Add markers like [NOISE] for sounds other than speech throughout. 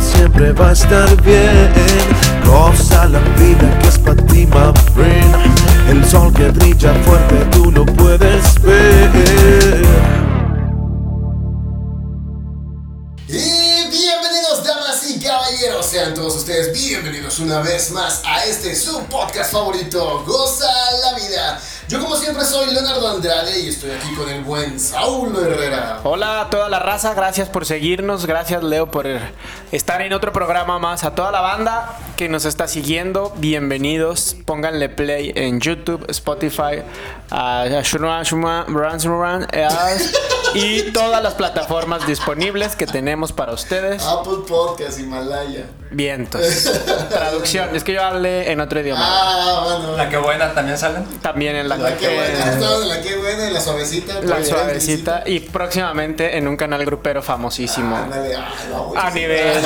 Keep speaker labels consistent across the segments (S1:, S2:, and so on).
S1: siempre va a estar bien. Goza la vida que es para ti, my friend. El sol que brilla fuerte, tú no puedes ver.
S2: Y bienvenidos damas y caballeros, sean todos ustedes bienvenidos una vez más a este su podcast favorito, Goza la Vida. Yo como siempre soy Leonardo Andrade y estoy aquí con el buen Saulo Herrera.
S3: Hola a toda la raza, gracias por seguirnos, gracias Leo por estar en otro programa más. A toda la banda que nos está siguiendo, bienvenidos. Pónganle play en YouTube, Spotify, a Shurma, Shurma, Run, Run, eh, y todas las plataformas disponibles que tenemos para ustedes.
S2: Apple Podcast, Himalaya.
S3: Vientos. Traducción. Es que yo hablé en otro idioma.
S2: Ah, bueno.
S4: La que buena también sale.
S3: También en la,
S2: La que buena,
S3: en
S2: estamos en la que buena, en la suavecita.
S3: la
S2: pues,
S3: suavecita y próximamente en un canal grupero famosísimo.
S2: Ándale, ah, la otra. [LAUGHS]
S3: A nivel.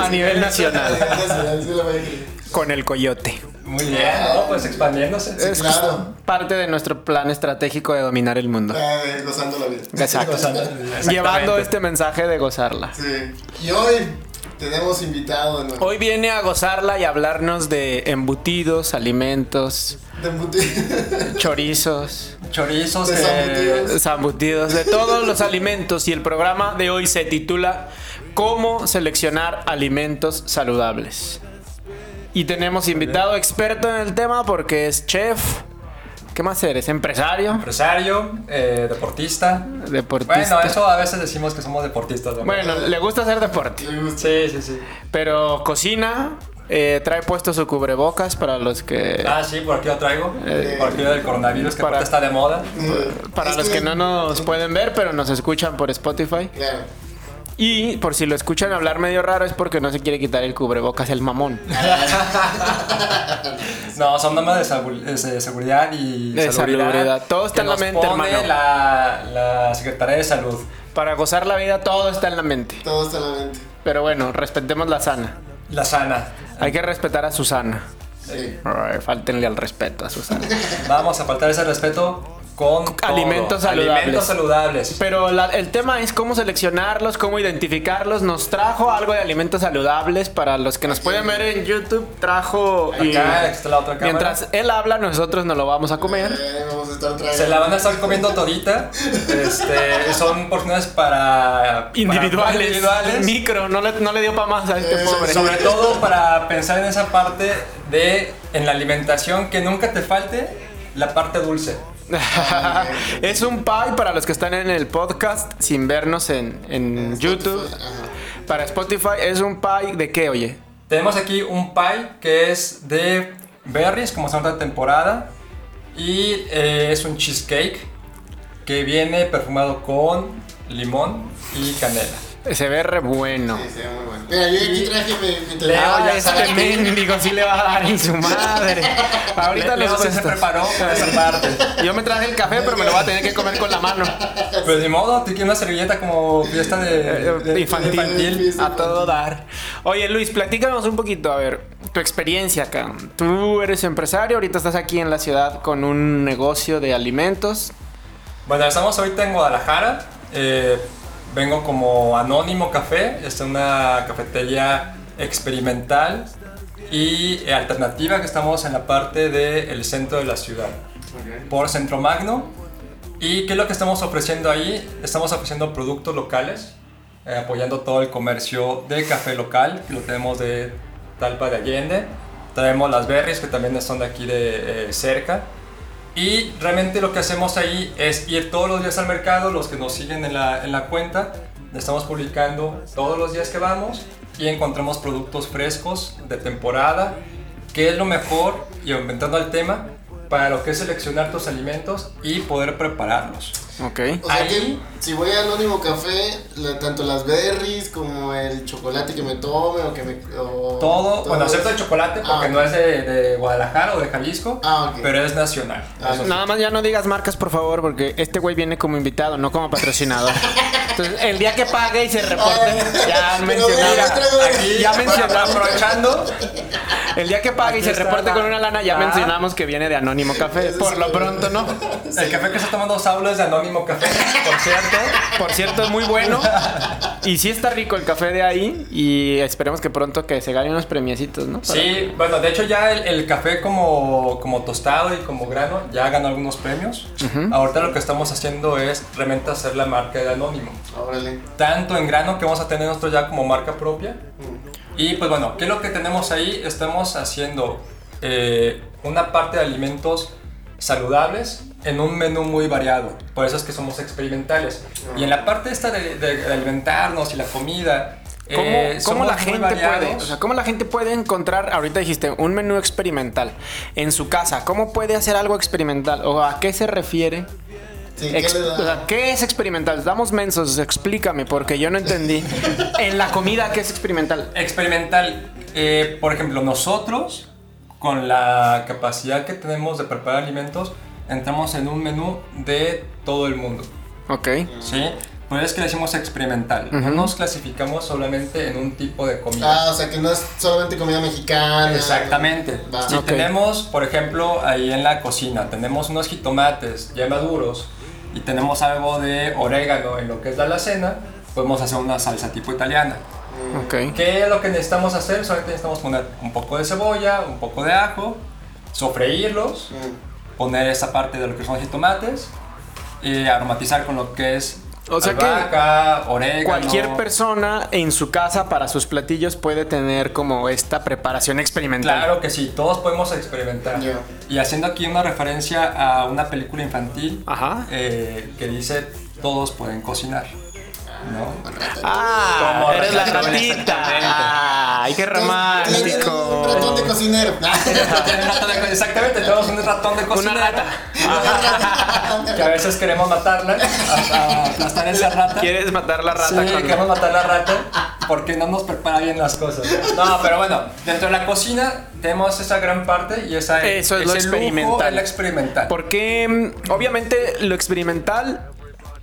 S3: a nivel nacional.
S2: Sí, la voy a ir.
S3: Con el coyote.
S4: Muy bien, ¿no? Pues expandiéndose.
S3: Es
S2: claro.
S3: parte de nuestro plan estratégico de dominar el mundo.
S2: Eh, Gozando la vida.
S3: Exacto.
S4: Exactamente.
S3: Llevando este mensaje de gozarla.
S2: Sí. Y hoy tenemos invitado de nuevo.
S3: Hoy viene a gozarla y a hablarnos de embutidos, alimentos,
S2: De Muti-
S3: chorizos,
S4: Chorizos
S2: De
S4: eh, que-
S2: zambutidos.
S3: zambutidos, de todos los alimentos. Y el programa de hoy se titula ¿Cómo seleccionar alimentos saludables? Y tenemos invitado experto en el tema porque es chef. ¿Qué más eres? ¿Empresario?
S4: Empresario, eh, deportista.
S3: Deportista.
S4: Bueno, eso a veces decimos que somos deportistas. ¿no?
S3: Bueno, le gusta hacer deporte,
S2: Le gusta.
S4: Sí, sí, sí.
S3: pero cocina, eh, trae puesto su cubrebocas para los que
S4: Ah, sí, por aquí lo traigo. por aquí del coronavirus que
S3: para-
S4: ahorita está de moda.
S3: para
S2: Es
S3: los que no nos pueden ver, pero nos escuchan por Spotify.
S2: Claro.
S3: Y por si lo escuchan hablar medio raro es porque no se quiere quitar el cubrebocas el mamón.
S4: No, son normas de, sabu- eh, de seguridad y
S3: De salubridad. Todo está
S4: que
S3: en la
S4: nos
S3: mente,
S4: pone
S3: hermano.
S4: La, la Secretaría de Salud.
S3: Para gozar la vida todo está en la mente.
S2: Todo está en la mente.
S3: Pero bueno, respetemos la sana.
S4: La sana.
S3: Hay que respetar a Susana.
S2: Sí.
S3: Ay, Fáltenle al respeto a Susana.
S4: Vamos a faltar ese respeto con
S3: Alimentos
S4: todo.
S3: saludables.
S4: Alimentos saludables.
S3: Pero la- el tema es cómo seleccionarlos, cómo identificarlos. Nos trajo algo de alimentos saludables para los que nos pueden ver en YouTube. Trajo y-
S4: Acá está la otra cámara.
S3: mientras él habla, nosotros nos lo vamos a comer.
S2: Eh, vamos a estar tragando.
S4: Se la van a estar comiendo todita. Este, son porciones para para-
S3: Individuales, [LAUGHS]
S4: individuales.
S3: micro, no le, no le dio para más a este
S2: Eh,
S3: pobre.
S4: Sobre todo para pensar en esa parte de en la alimentación que nunca te falte la parte dulce.
S3: [LAUGHS] es un pie para los que están en el podcast sin vernos en, en YouTube. Para Spotify es un pie de qué, oye.
S4: Tenemos aquí un pie que es de berries, como está otra temporada. Y eh, es un cheesecake que viene perfumado con limón y canela.
S3: Se ve re bueno.
S2: Sí, se ve muy bueno. Mira, yo aquí traje mi, mi teléfono.
S3: Ah,
S4: ya
S3: este
S4: sabe.
S3: mendigo sí le va a dar en su madre. Ahorita
S4: Le-
S3: les
S4: Leo se
S3: cuento.
S4: preparó para esa parte.
S3: Yo me traje el café, pero me lo voy a tener que comer con la mano.
S4: Pues ni modo, te quiero una servilleta como fiesta de,
S3: Eh,
S4: de-
S3: infantil,
S4: infantil.
S3: a todo dar. Oye, Luis, platícanos un poquito, a ver, tu experiencia acá. Tú eres empresario, ahorita estás aquí en la ciudad con un negocio de alimentos.
S4: Bueno, estamos ahorita en Guadalajara. eh, vengo como Anónimo Café. Es una cafetería experimental y alternativa que estamos en la parte del centro de la ciudad. Por Centro Magno. ¿Y qué es lo que estamos ofreciendo ahí? Estamos ofreciendo productos locales, eh, apoyando todo el comercio del café local, que lo tenemos de Talpa de Allende. Traemos las berries, que también son de aquí de eh, cerca. Y realmente lo que hacemos ahí es ir todos los días al mercado, los que nos siguen en la, en la cuenta, estamos publicando todos los días que vamos y encontramos productos frescos de temporada, que es lo mejor, y aumentando el tema, para lo que es seleccionar tus alimentos y poder prepararlos.
S3: Ok.
S2: O sea
S4: Ahí-
S2: que si voy a Anónimo Café, la- tanto las berries como el chocolate que me tome o que me. o-
S4: Todo, bueno,
S2: eso.
S4: excepto el chocolate,
S2: Ah,
S4: porque
S2: ok.
S4: no es de, de Guadalajara o de Jalisco,
S2: Ah, ok.
S4: pero es nacional.
S2: Ah,
S3: Pues
S4: Eso sí.
S3: Nada más ya no digas marcas, por favor, porque este güey viene como invitado, no como patrocinador. Entonces, el día que pague y se reporte, ya han
S2: Pero bueno,
S3: mencionado.
S2: otra vez.
S4: Aquí
S3: Ya
S4: ya
S3: mencionamos.
S4: aprovechando.
S3: El día que pague y
S4: Aquí
S3: se
S4: está
S3: reporte
S4: la-
S3: con una lana, ya
S4: Ah.
S3: mencionamos que viene de Anónimo Café. Por lo pronto, ¿no?
S4: El café que está tomando Saulo es de Anónimo Café, por cierto.
S3: Por cierto, muy bueno. Y sí está rico el café de ahí. Y esperemos que pronto que se ganen unos premiecitos, ¿no? Para-
S4: Sí, bueno, de hecho ya el, el café como, como tostado y como grano ya ganó algunos premios. Ahorita lo que estamos haciendo es realmente hacer la marca de Anónimo.
S2: Órale.
S4: Tanto en grano que vamos a tener nosotros ya como marca propia. Y pues bueno, ¿qué es lo que tenemos ahí? Estamos haciendo eh, una parte de alimentos saludables en un menú muy variado. Por eso es que somos experimentales.
S3: Ah.
S4: Y en la parte esta de, de- de alimentarnos y la comida...
S3: ¿Cómo,
S4: eh,
S3: cómo
S4: somos
S3: la
S4: muy
S3: gente
S4: variados.
S3: puede, o sea, cómo la gente puede encontrar, ahorita dijiste, un menú experimental en su casa? ¿Cómo puede hacer algo experimental? ¿O a qué se refiere?
S2: Sí, ¿qué
S3: Ex-
S2: le
S3: o sea,
S2: da?
S3: ¿Qué es experimental? Damos mensos, explícame, porque yo no
S2: [LAUGHS]
S3: entendí. En la comida, ¿qué es experimental?
S4: experimental. Eh, por ejemplo, nosotros, con la capacidad que tenemos de preparar alimentos, entramos en un menú de todo el mundo.
S3: Ok.
S4: ¿Sí? Por eso es que le decimos experimental. No nos clasificamos solamente en un tipo de comida.
S2: Ah, o sea, que no es solamente comida mexicana.
S4: Exactamente.
S2: Ah, Va.
S4: Si
S3: Ok.
S4: tenemos, por ejemplo, ahí en la cocina, tenemos unos jitomates ya maduros y tenemos algo de orégano en lo que es la alacena, podemos hacer una salsa tipo italiana.
S3: Ok.
S4: ¿Qué es lo que necesitamos hacer? Solamente necesitamos poner un poco de cebolla, un poco de ajo, sofreírlos, poner esa parte de lo que son los jitomates, y aromatizar con lo que es
S3: O sea que
S4: albahaca, orégano.
S3: Cualquier persona en su casa para sus platillos puede tener como esta preparación experimental.
S4: Claro que sí, todos podemos experimentar.
S2: Ya.
S4: Y haciendo aquí una referencia a una película infantil
S3: Ajá.
S4: eh, que dice todos pueden cocinar. ¿no?
S3: [LAUGHS] Ah,
S4: Como
S3: eres la
S4: ratón,
S3: ratita.
S4: exactamente.
S3: Ay, qué
S2: Tienen Un ratón de
S3: romántico.
S2: cocinero.
S4: Un ratón de co- Exactamente, tenemos un ratón de cocina.
S3: rata.
S4: que a veces queremos matarla, a- a aplastar esa rata.
S3: ¿Quieres matar la rata
S4: sí,
S3: con-
S4: queremos matar la rata porque no nos prepara bien las cosas. No, pero bueno, dentro de la cocina tenemos esa gran parte y esa e-
S3: Eso es lo
S4: ese lujo
S3: experimental.
S4: es lo experimental.
S3: Porque mm, obviamente lo experimental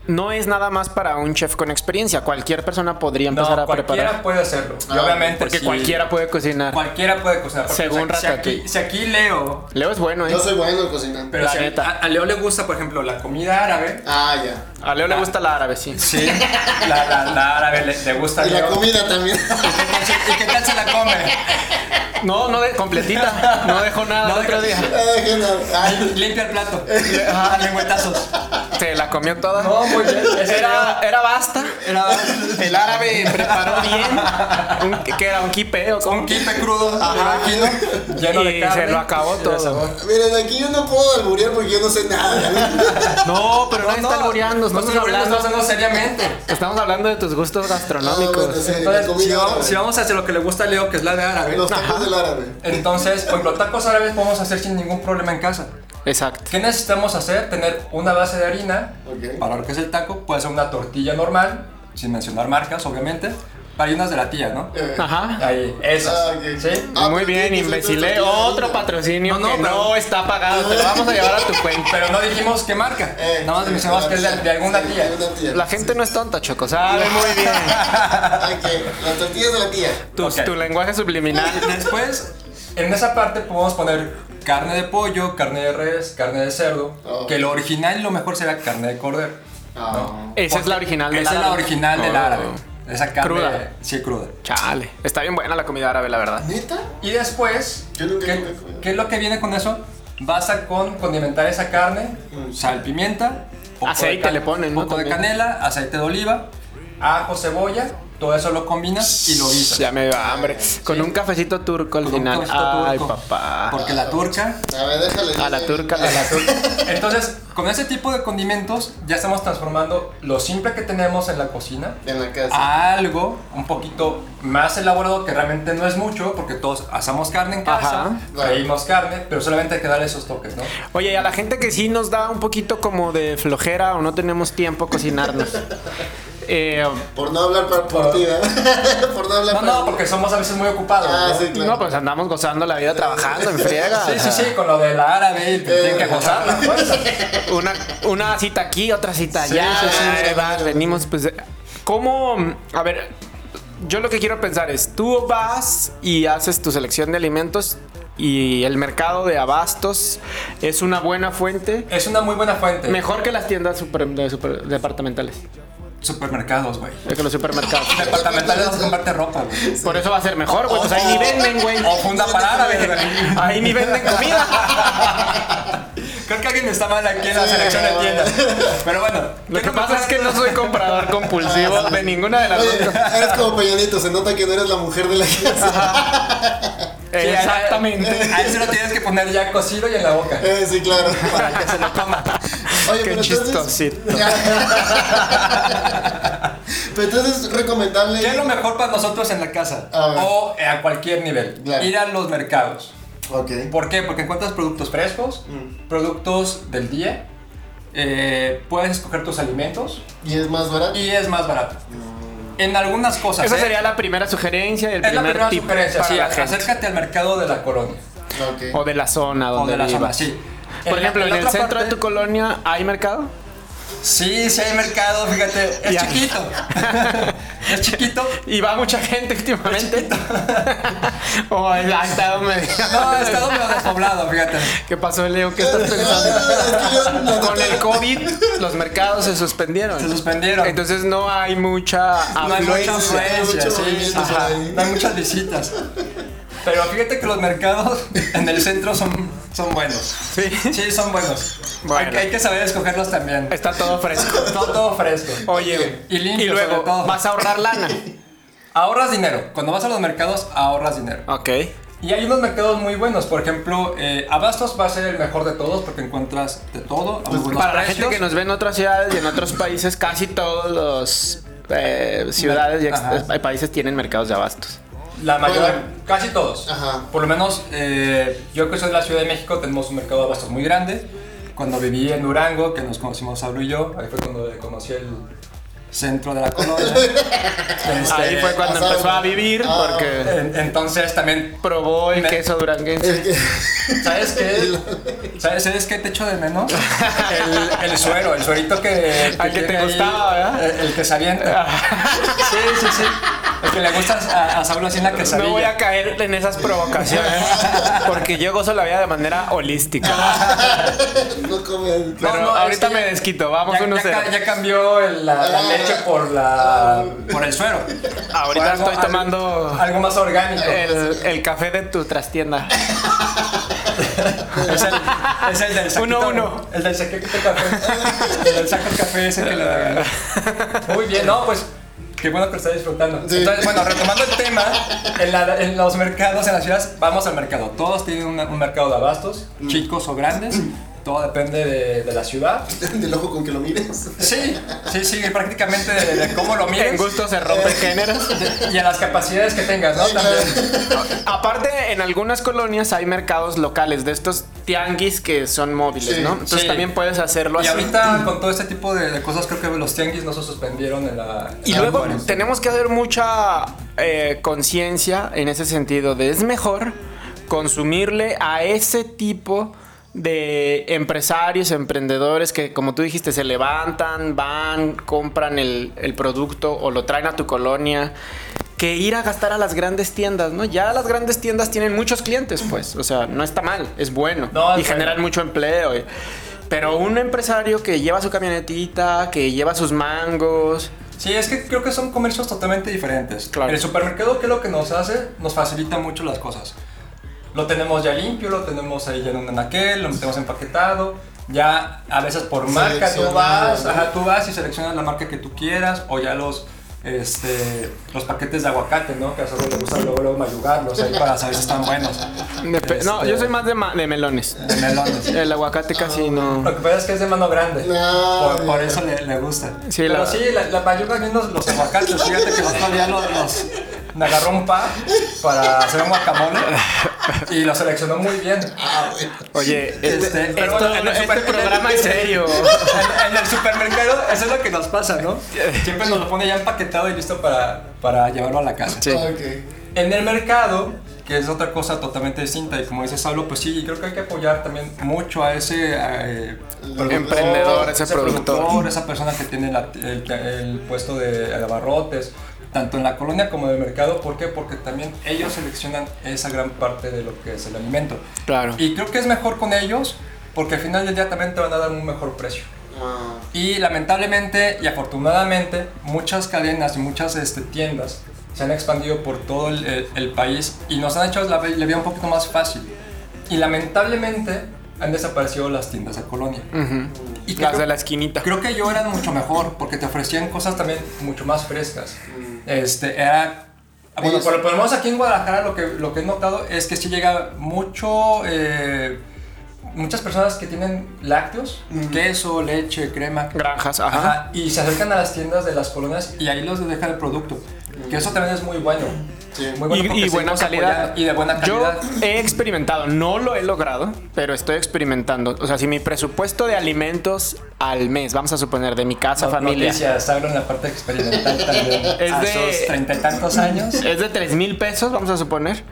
S3: no es nada más para un chef con experiencia. Cualquier persona podría
S4: no,
S3: empezar a
S4: cualquiera
S3: preparar.
S4: puede hacerlo. Y
S2: Ah,
S4: obviamente
S3: Porque
S4: si-
S3: cualquiera puede cocinar.
S4: cualquiera puede cocinar. porque,
S3: Según
S4: o sea, si
S3: Ratatouille.
S4: aquí, si aquí Leo,
S3: Leo es bueno, ¿eh?
S2: Yo soy bueno en cocinar.
S4: pero
S3: La
S4: si a-
S3: neta.
S4: a, a Leo le gusta, por ejemplo, la comida árabe.
S2: Ah, ya.
S3: A Leo le gusta la árabe, sí.
S4: Sí, la, la- la árabe le, le gusta a
S2: Y la
S4: Leo.
S2: comida también. [LAUGHS]
S4: ¿Y qué tal se la come?
S3: No, no, de, completita. No dejó nada
S4: No
S3: el otro
S4: dejó-
S3: día.
S2: Ay, que Ah, no. Ay,
S4: Limpia el plato. Ah, lengüetazos.
S3: Se la comió toda.
S4: No, muy bien. Ese
S3: Era,
S4: era.
S3: era basta.
S4: era
S3: El árabe preparó bien. Un, que era un kipe o
S4: un kipe crudo.
S3: Ajá.
S4: tranquilo, lleno de
S3: Y
S4: carne.
S3: se lo acabó
S4: de
S3: todo.
S4: sabor.
S2: Miren, aquí yo no puedo alburear porque yo no sé
S4: [LAUGHS]
S2: nada.
S3: No, pero no, está albureando.
S4: no
S3: Estamos
S4: estoy albureando,
S3: hablando, Eh,
S4: estoy hablando seriamente.
S3: estamos hablando de tus gustos
S2: Ah, bueno,
S3: gastronómicos.
S2: sí, la
S4: Entonces, si
S2: comida
S4: vamos,
S2: árabe.
S4: si vamos hacia lo que le gusta a Leo, que es la de árabe.
S2: Los tacos del árabe.
S4: Entonces, por ejemplo, tacos árabes podemos hacer sin ningún problema en casa.
S3: Exacto.
S4: ¿Qué necesitamos hacer? Tener una base de harina
S2: Ok.
S4: para lo que es el taco. Puede ser una tortilla normal, sin mencionar marcas, obviamente. Para unas de la tía, ¿no?
S2: Eh,
S3: Ajá.
S4: Ahí, esas.
S2: Ah, ok.
S4: ¿Sí?
S2: Ah,
S3: Muy
S2: pero
S3: bien,
S2: tiene que ser
S3: imbécil. ¿eh?
S2: tortilla de
S3: Otro
S2: harina.
S3: patrocinio
S4: No, no,
S3: que
S4: pero-
S3: no está pagado. Te lo vamos a llevar a tu cuenta.
S4: Pero no dijimos qué marca.
S2: Eh,
S4: Nada más mencionamos que es de, de alguna
S2: sí,
S4: tía.
S2: de alguna
S4: [LAUGHS]
S2: tía.
S3: La gente no es tonta, Choco. Sabe muy bien.
S2: Ok, las tortillas de la tía.
S3: Tu,
S4: Ok.
S3: tu lenguaje subliminal.
S4: Después, en esa parte podemos poner carne de pollo, carne de res, carne de cerdo.
S2: Oh.
S4: Que lo original, lo mejor será carne de cordero.
S2: Ah.
S3: Esa es la original del
S4: Esa es la
S3: árabe.
S4: original del
S3: Oh.
S4: árabe. Esa carne.
S3: Cruda.
S4: Sí, cruda.
S3: Chale. Está bien buena la comida árabe, la verdad.
S2: ¿Neta?
S4: Y después,
S2: Yo nunca
S4: ¿qué,
S2: comí cruda.
S4: qué es lo que viene con eso? Vas a con, condimentar esa carne,
S2: Mm.
S4: sal, pimienta, poco de
S3: Aceite
S4: can-
S3: le ponen, ¿no?
S4: poco de
S3: También.
S4: canela, aceite de oliva, ajo, cebolla, todo eso lo combinas y lo guisas.
S3: Ya me dio hambre. Con un cafecito turco al
S4: Con un
S3: final.
S4: cafecito
S3: Ay,
S4: turco.
S3: papá.
S4: Porque la turca.
S2: A ver, déjale.
S3: A la turca, a la turca.
S4: Entonces, con ese tipo de condimentos, ya estamos transformando lo simple que tenemos en la cocina
S2: En la casa.
S4: a algo un poquito más elaborado que realmente no es mucho, porque todos asamos carne en casa,
S3: Ajá.
S4: freímos carne, pero solamente hay que darle esos toques, ¿no?
S3: Oye, y a la gente que sí nos da un poquito como de flojera o no tenemos tiempo a
S4: [LAUGHS]
S3: cocinarnos. Eh,
S2: Por no hablar por, por ti, ¿verdad? [LAUGHS] Por no hablar
S4: No,
S2: por
S4: no, porque somos a veces muy ocupados.
S2: Ah,
S4: ¿no?
S2: sí, claro.
S3: no, pues andamos gozando la vida trabajando en friega.
S4: Sí, sí, sí, con lo de la árabe, te tienen que pues. gozar la fuerza.
S2: [LAUGHS]
S3: Una, una cita aquí, otra cita allá.
S4: sí,
S2: sí, sí.
S3: Ahí va, venimos, pues. ¿Cómo? A ver, yo lo que quiero pensar es, tú vas y haces tu selección de alimentos y el mercado de abastos es una buena fuente.
S4: Es una muy buena fuente.
S3: Mejor que las tiendas super- de super- departamentales,
S4: Supermercados, güey.
S3: eh, que los supermercados.
S4: Departamentales vas a comprarte ropa, güey.
S3: Por eso va a ser mejor, güey. Pues ahí ni venden, güey.
S4: O funda parada, güey.
S3: Ahí ni venden comida.
S4: Creo que alguien está mal aquí en la selección de tiendas. Pero bueno.
S3: Lo
S4: ¿qué
S3: que
S4: nos
S3: pasa es que no soy comprador compulsivo de ninguna de las
S2: Oye,
S3: dos.
S2: eres como Peñanito, se nota que no eres la mujer de la
S4: [LAUGHS]
S2: casa.
S4: Sí, a-
S3: Exactamente.
S4: A él se lo tienes que poner ya cocido y en la boca.
S2: Eh, sí, claro.
S4: [LAUGHS] Para que se lo coma.
S2: Oye,
S3: Qué
S2: pero entonces...
S3: chistosito.
S2: [LAUGHS] pero entonces es recomendable...
S4: ¿Qué es lo mejor para nosotros en la casa?
S2: A ver.
S4: O eh, a cualquier nivel.
S2: Claro.
S4: Ir a los mercados.
S2: Ok.
S4: ¿Por qué? Porque encuentras productos frescos,
S2: Mm.
S4: productos del día, eh, puedes escoger tus alimentos
S2: ¿Y es más barato?
S4: y es más barato.
S2: Mm.
S4: En algunas cosas.
S3: Esa
S4: ¿eh?
S3: sería la primera sugerencia y el
S4: es la
S3: primer
S4: primera
S3: tip
S4: sugerencia.
S3: para
S4: sí,
S3: la gente.
S4: acércate al mercado de la colonia
S2: Ok.
S3: O de la zona
S4: o
S3: donde
S4: de la zona.
S3: vivas.
S4: Sí.
S3: Por
S4: la-
S3: ejemplo, en,
S4: la
S3: el
S4: otra
S3: centro de
S4: parte-
S3: tu colonia hay mercado.
S4: Sí, sí hay mercado, fíjate. Es
S3: Ya.
S4: chiquito.
S3: [LAUGHS]
S4: es chiquito.
S3: Y va mucha gente últimamente.
S4: [LAUGHS]
S3: o el ha estado medio. [LAUGHS]
S4: No, ha estado medio despoblado, fíjate.
S3: ¿Qué pasó, Leo? ¿Qué estás pensando? Con el COVID, los mercados se suspendieron.
S4: Se suspendieron.
S3: Entonces no hay mucha
S4: No hay
S3: afluencia.
S4: mucha influencia,
S2: mucho
S4: sí,
S2: movimiento
S4: ajá,
S2: por ahí.
S4: no hay muchas visitas. Pero fíjate que los mercados en el centro son, son buenos.
S3: Sí.
S4: Sí, son buenos.
S3: Bueno.
S4: Hay, que- hay que saber escogerlos también.
S3: Está todo fresco.
S4: Todo, todo fresco.
S3: Oye,
S4: Y limpio,
S3: luego
S4: sobre todo.
S3: vas a ahorrar
S4: [LAUGHS]
S3: lana.
S4: Ahorras dinero. Cuando vas a los mercados, ahorras dinero.
S3: Ok.
S4: Y hay unos mercados muy buenos. Por ejemplo, eh, Abastos va a ser el mejor de todos porque encuentras de todo. a muy buenos
S3: Pues Para la
S4: precios.
S3: gente que nos ve en otras ciudades y en otros países, casi todos los eh, ciudades y ex-
S4: Ajá.
S3: eh, países tienen mercados de abastos.
S4: La mayoría,
S2: Bueno.
S4: casi todos.
S2: Ajá.
S4: Por lo menos eh, yo que soy de la Ciudad de México tenemos un mercado de abastos muy grande. Cuando viví en Durango, que nos conocimos Ablu y yo, ahí fue cuando conocí el centro de la colonia.
S3: [LAUGHS]
S4: Este,
S3: Ahí fue cuando
S2: pasado.
S3: empezó a vivir
S2: Ah,
S3: porque
S4: en- entonces también,
S3: probó el
S4: Me-
S3: queso
S2: Eh,
S3: duranguense.
S2: [LAUGHS]
S4: ¿sabes qué? ¿Sabes, sabes qué te echo
S3: [LAUGHS]
S4: de menos? El, el suero, el suerito que...
S3: Al que te
S4: tiene ahí, eh,
S3: gustaba, ¿verdad? Ah.
S4: El, el que se avienta. Sí, sí, sí. El que le gusta a, a Saulo así en la quesadilla.
S3: No voy a caer en esas
S2: [LAUGHS]
S3: provocaciones porque yo gozo la vida de manera
S2: [LAUGHS]
S3: holística.
S2: no comes.
S4: No,
S3: Pero
S4: no,
S3: ahorita
S4: es que
S3: me desquito, vamos
S4: Ya,
S3: uno
S4: ya ca-
S3: cero. Ah.
S4: ya cambió el- la, la leche por la por el suero. Por
S3: Ahorita
S4: algo-
S3: estoy tomando
S4: algo, algo más orgánico.
S3: el, el café de tu trastienda.
S4: es, el, es el del saquito.
S3: Uno, uno.
S4: El del saquito de café. el del saco de café ese que le regaló. Muy bien, no, pues qué bueno que lo está disfrutando.
S2: Sí.
S4: Entonces, bueno, retomando el tema, en, la- en los mercados, en las ciudades, vamos al mercado. Todos tienen una- un mercado de abastos,
S2: Mm.
S4: chicos o grandes. Todo depende de- de la ciudad.
S2: Del ojo con que lo mires.
S4: Sí, sí, sí, prácticamente de, de cómo lo mires. Eh,
S3: En gusto se
S2: eh,
S3: rompen géneros.
S2: [LAUGHS]
S4: Y a las capacidades que tengas, ¿no?
S2: Sí, claro.
S4: También.
S3: Aparte, en algunas colonias hay mercados locales de estos tianguis que son móviles,
S2: Sí,
S3: ¿no? Entonces
S4: sí.
S3: también puedes hacerlo
S4: Y
S3: así.
S4: ahorita con todo este tipo de, de cosas creo que los tianguis no se suspendieron en la...
S3: Y
S4: en la
S3: luego
S4: cuarentena.
S3: tenemos que hacer mucha eh, conciencia en ese sentido de es mejor consumirle a ese tipo de empresarios, emprendedores que como tú dijiste se levantan, van, compran el, el producto o lo traen a tu colonia, que ir a gastar a las grandes tiendas, ¿no? Ya las grandes tiendas tienen muchos clientes, pues, o sea, no está mal, es bueno
S4: No,
S3: y
S4: es
S3: generan
S4: bueno.
S3: mucho empleo. y- Pero un empresario que lleva su camionetita, que lleva sus mangos,
S4: Sí, es que creo que son comercios totalmente diferentes.
S3: Claro.
S4: El supermercado, ¿qué es lo que nos hace? Nos facilita mucho las cosas. Lo tenemos ya limpio, lo tenemos ahí ya en un anaquel, lo metemos empaquetado. Ya a veces por marca tú
S2: Seleccionado,
S4: vas,
S2: ¿no?
S4: ajá, tú vas y seleccionas la marca que tú quieras o ya los este, los paquetes de aguacate, ¿no? Que a Saulo le gusta luego, luego mayugarlos ahí para saber si están buenos.
S3: De pe- No,
S4: Este,
S3: yo soy más de, ma- de melones. [LAUGHS]
S4: de melones.
S3: El aguacate casi no.
S4: Lo que pasa es que es de mano grande.
S2: No,
S4: por, por eso le, le gusta.
S3: Sí,
S4: Pero
S3: la-
S4: sí, la, la mayuga viene los, los aguacates. Fíjate que el otro día los, los- me agarró un pa para hacer un guacamole y lo seleccionó muy bien.
S2: Ah, bueno.
S3: Oye, este,
S4: Este, pero
S3: esto-
S4: bueno, en el
S3: este
S4: super-
S3: programa es serio.
S4: En, en el supermercado, eso es lo que nos pasa, ¿no? Siempre nos lo pone ya empaquetado y listo para, para llevarlo a la casa.
S3: Sí.
S2: Ah, ok.
S4: En el mercado, que es otra cosa totalmente distinta. Y como dice Saulo, pues sí, creo que hay que apoyar también mucho a ese eh, productor,
S3: Emprendedor, ese productor.
S4: esa persona que tiene la- el, el puesto de abarrotes, tanto en la colonia como en el mercado. ¿Por qué? Porque también ellos seleccionan esa gran parte de lo que es el alimento.
S3: Claro.
S4: Y creo que es mejor con ellos porque al final del día también te van a dar un mejor precio.
S2: Ah,
S4: Y lamentablemente y afortunadamente, muchas cadenas y muchas este, tiendas se han expandido por todo el, el- el país y nos han hecho la, vi- la vida un poquito más fácil. Y lamentablemente han desaparecido las tiendas de colonia. Y
S3: Las
S4: creo-
S3: de la esquinita.
S4: Creo que yo eran mucho mejor porque te ofrecían cosas también mucho más frescas. Este, era.
S2: Mm.
S4: Bueno,
S2: Ellos-
S4: por por lo menos aquí en Guadalajara lo que, lo que he notado es que sí llega mucho. eh, muchas personas que tienen lácteos,
S2: Mm.
S4: queso, leche, crema.
S3: Granjas, ajá.
S4: Ajá, Y se acercan a las tiendas de las colonias y ahí los deja el producto. Que eso también es muy bueno.
S2: Sí.
S4: Muy bueno
S3: Y-
S4: porque
S3: y,
S4: sí
S3: buena
S4: nos apoya
S3: calidad.
S4: Y de buena calidad.
S3: Yo he experimentado, no lo he logrado, pero estoy experimentando. O sea, si mi presupuesto de alimentos al mes, vamos a suponer, de mi casa,
S4: No-
S3: familia,
S4: Noticias, hablo en la parte experimental también.
S3: [LAUGHS] Es
S4: a
S3: de-
S4: esos treinta y
S3: [LAUGHS]
S4: tantos años.
S3: es de 3 mil pesos, vamos a suponer.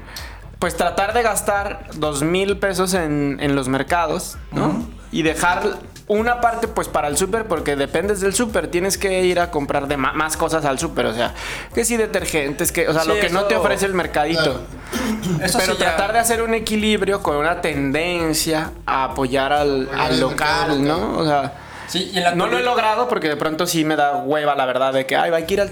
S3: Pues tratar de gastar 2 mil pesos en, en los mercados, ¿no? Y dejar una parte pues para el súper, porque dependes del súper, tienes que ir a comprar de ma- más cosas al súper, o sea, que si detergentes, que, o sea,
S4: Sí,
S3: lo que no te
S4: eso-
S3: ofrece el mercadito.
S2: Claro.
S4: Eso
S3: Pero
S4: sí ya-
S3: tratar de hacer un equilibrio con una tendencia a apoyar al,
S2: Apoyar
S3: al
S2: el mercado
S3: local,
S2: local.
S3: ¿no? O sea,
S4: Sí, y en la
S3: no lo he
S4: actualidad-
S3: logrado porque de pronto sí me da hueva la verdad de que, ay, hay que ir al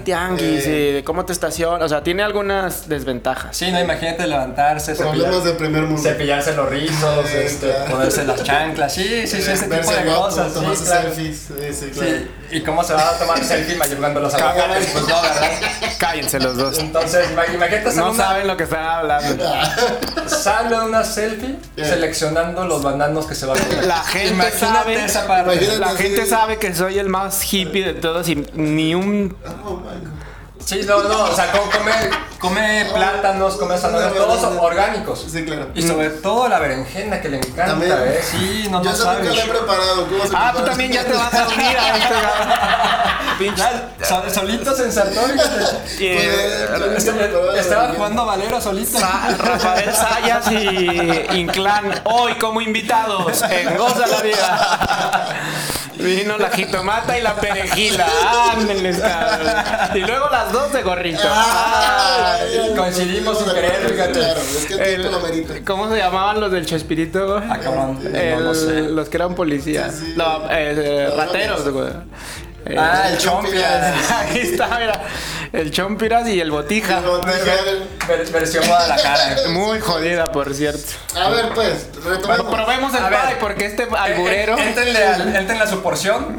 S2: Eh.
S3: tianguis y de cómo te estacionas. O sea, tiene algunas desventajas.
S4: Sí, no, imagínate levantarse,
S2: Problemas
S4: cepillar-
S2: de primer mundo.
S4: cepillarse los rizos,
S2: Sí,
S4: este,
S2: claro.
S4: ponerse las chanclas. Sí, sí, sí, ese tipo
S2: Verse
S4: de
S2: guapo,
S4: cosas. sí,
S2: tomarse
S4: claro.
S2: selfies. Sí, sí, claro.
S4: Sí, y cómo se va a tomar selfie mayorando los aguacates, pues no, ¿verdad?
S3: [LAUGHS] Cállense los dos.
S4: Entonces, ima- imagínate hacer
S3: No
S4: una-
S3: saben lo que están hablando.
S4: sale una selfie
S2: Sí.
S4: seleccionando los bananos que se va a comer.
S3: La gente
S4: Imagínate
S3: sabe-
S4: esa parte.
S2: Imagínate.
S3: La gente sabe que soy el más hippie de todos y ni un...
S2: Oh, my God.
S4: Sí, no, no, o sea, co- come, come plátanos, come zanahorias, todos son orgánicos.
S2: Sí, claro.
S4: Y sobre todo la berenjena que le encanta,
S2: También.
S4: ¿eh? Sí, no,
S2: Yo
S4: no
S2: eso
S4: sabes.
S2: nunca lo he preparado. ¿Cómo se
S3: Ah,
S2: prepara?
S3: tú también ya te vas a unir [LAUGHS] a este
S4: Ya, sol- solito se ensartó, ¿viste?
S3: Y, eh,
S2: Pues, yo nunca he preparado [LAUGHS] la
S4: Estaba
S2: berenjena.
S4: jugando Valero solito.
S3: Sa- Rafael Sayas y Inclán hoy como invitados en Goza la Vida. Vino la jitomata y la perejila. Ándeles, cabrón. Y luego las dos de gorrito. Ah,
S2: Ay,
S4: eh, Coincidimos sin
S2: no,
S4: querer,
S2: no,
S4: fíjate.
S2: Claro, es que el tiempo
S3: el-
S2: lo merita.
S3: ¿Cómo se llamaban los del Chespirito? güey?
S4: Ah, cabrón, no
S3: El-
S4: lo sé.
S3: Los que eran policías.
S2: Sí, sí.
S3: No, eh, eh, rateros, güey. Eh, [LAUGHS]
S4: Ah, el Chompias. [LAUGHS]
S3: Aquí está, mira. El Chompiras y el Botija.
S2: Pero, Miguel,
S4: Ver- Versión Guadalajara.
S3: Muy jodida, por cierto.
S2: A ver, pues,
S3: Bueno,
S2: retomemos.
S3: probemos el
S4: A ver.
S3: pie porque este alburero.
S4: Eh, eh, Éntrenle, al- éntrenle a su porción,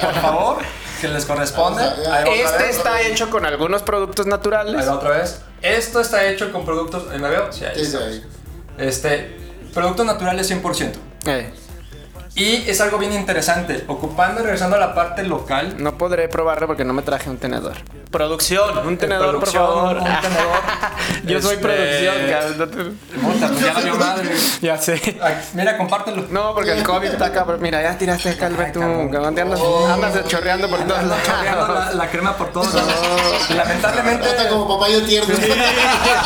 S4: por favor, que les corresponde.
S2: Vamos a-
S4: Ahí va otra
S3: Este
S4: vez.
S3: está hecho con algunos productos naturales.
S4: Ahí va otra vez. Esto está hecho con productos. ¿eh, ¿Me veo? Sí, ahí
S2: Sí, sí,
S4: está.
S2: ahí.
S4: Este, productos naturales 100%.
S3: Eh,
S4: Y es algo bien interesante, ocupando y regresando a la
S3: [LAUGHS]
S4: parte local.
S3: no podré probarlo porque no me traje un tenedor. Producción, un tenedor,
S4: producción,
S3: por favor.
S4: un tenedor.
S3: [LAUGHS] Yo soy
S4: Este-
S3: producción, cabrón, no te-
S4: Puta, pues ya la vio madre.
S3: Ya sé.
S4: Ay, Mira, compártelo.
S3: No, porque el COVID está acá. pero Mira, ya tiraste acá el tú.
S4: cabrón. Oh.
S3: cabrón, te andas, andas chorreando por todos
S4: Anda chorreando
S3: lados.
S4: la, la crema por todos lados. Lamentablemente.
S2: Está como papaya tierno.
S3: [LAUGHS]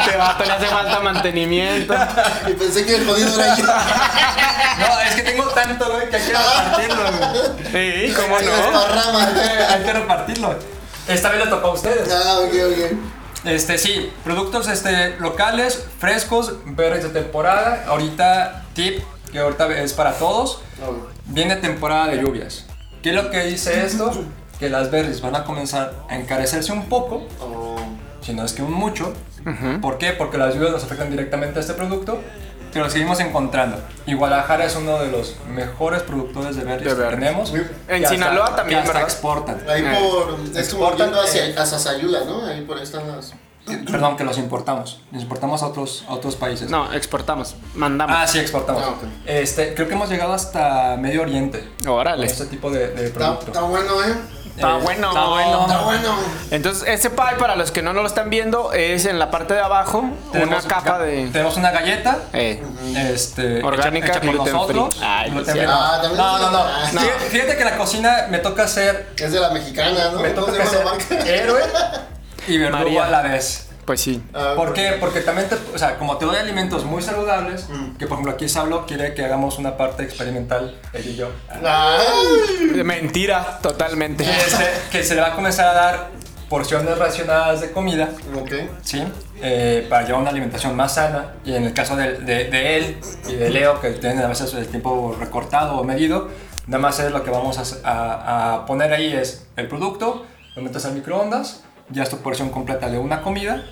S3: Este vato le hace falta mantenimiento.
S2: [LAUGHS] Y pensé que el jodido era
S4: [LAUGHS]
S2: yo.
S4: No, es que tengo tanto, güey, que hay que
S3: Ah,
S4: repartirlo, güey.
S3: Sí, cómo
S2: Y
S3: no.
S2: desparrama.
S4: Hay que repartirlo. Esta vez le tocó a ustedes.
S2: Ah, ok, ok.
S4: Este, sí, productos este, locales, frescos, verdes de temporada. Ahorita, tip, que ahorita es para todos. Viene temporada de lluvias. ¿Qué es lo que dice esto? Que las berries van a comenzar a encarecerse un poco, si no es que un mucho. ¿Por qué? Porque las lluvias nos afectan directamente a este producto, pero lo seguimos encontrando. Y Guadalajara es uno de los mejores productores de berries
S3: De
S4: que
S3: berries.
S4: tenemos.
S2: En
S4: que hasta-
S3: Sinaloa
S4: que
S3: también,
S4: hasta
S3: ¿verdad?
S4: exportan.
S2: Ahí
S3: Eh,
S2: por. Es como
S4: exportan,
S2: yendo hacia,
S4: eh.
S2: hacia Sayula, ¿no? Ahí por ahí están las.
S4: Perdón, que los importamos. Los importamos a otros, a otros países.
S3: No, exportamos, mandamos.
S4: Ah, sí, exportamos.
S2: Ah, ok.
S4: este, creo que hemos llegado hasta Medio Oriente. Con
S3: Órale.
S4: este tipo de, de
S2: Está,
S4: producto.
S2: está bueno, ¿eh?
S3: Está
S4: Eh,
S3: bueno.
S4: Está
S2: Está
S4: bueno.
S2: bueno.
S3: Entonces, este pie, para los que no lo están viendo, es en la parte de abajo una capa
S4: ga-
S3: de.
S4: Tenemos una galleta.
S3: Eh,
S4: Este,
S3: Orgánica,
S4: hecha, hecha por
S3: gluten free.
S4: nosotros.
S3: Ay,
S4: Gluten
S3: sí.
S4: free,
S2: Ah,
S4: no.
S2: también
S4: no,
S2: es-
S4: no, no.
S2: Ah.
S4: Fíjate, fíjate que la cocina me toca ser,
S2: Es de la mexicana, ¿no?
S4: me
S2: ¿Cómo
S4: toca
S2: se llama la
S4: ser
S2: marca?
S4: héroe y verdugo
S3: María.
S4: a la vez.
S3: Pues sí.
S2: Ah,
S4: ¿Por qué? Porque también, te- o sea, como te doy alimentos muy saludables,
S2: Mm.
S4: que por ejemplo aquí Sablo quiere que hagamos una parte experimental,
S2: [LAUGHS]
S4: él y yo,
S2: Ay.
S3: Mentira, totalmente.
S4: que se, este, que se le va a comenzar a dar porciones racionadas de comida,
S2: Ok.
S4: ¿sí? Eh, para llevar una alimentación más sana, y en el caso de, de- de él y de Leo, que tienen a veces el tiempo recortado o medido, nada más es lo que vamos a, hacer- a- a poner ahí es el producto, lo metes al microondas, ya es tu porción completa de una comida,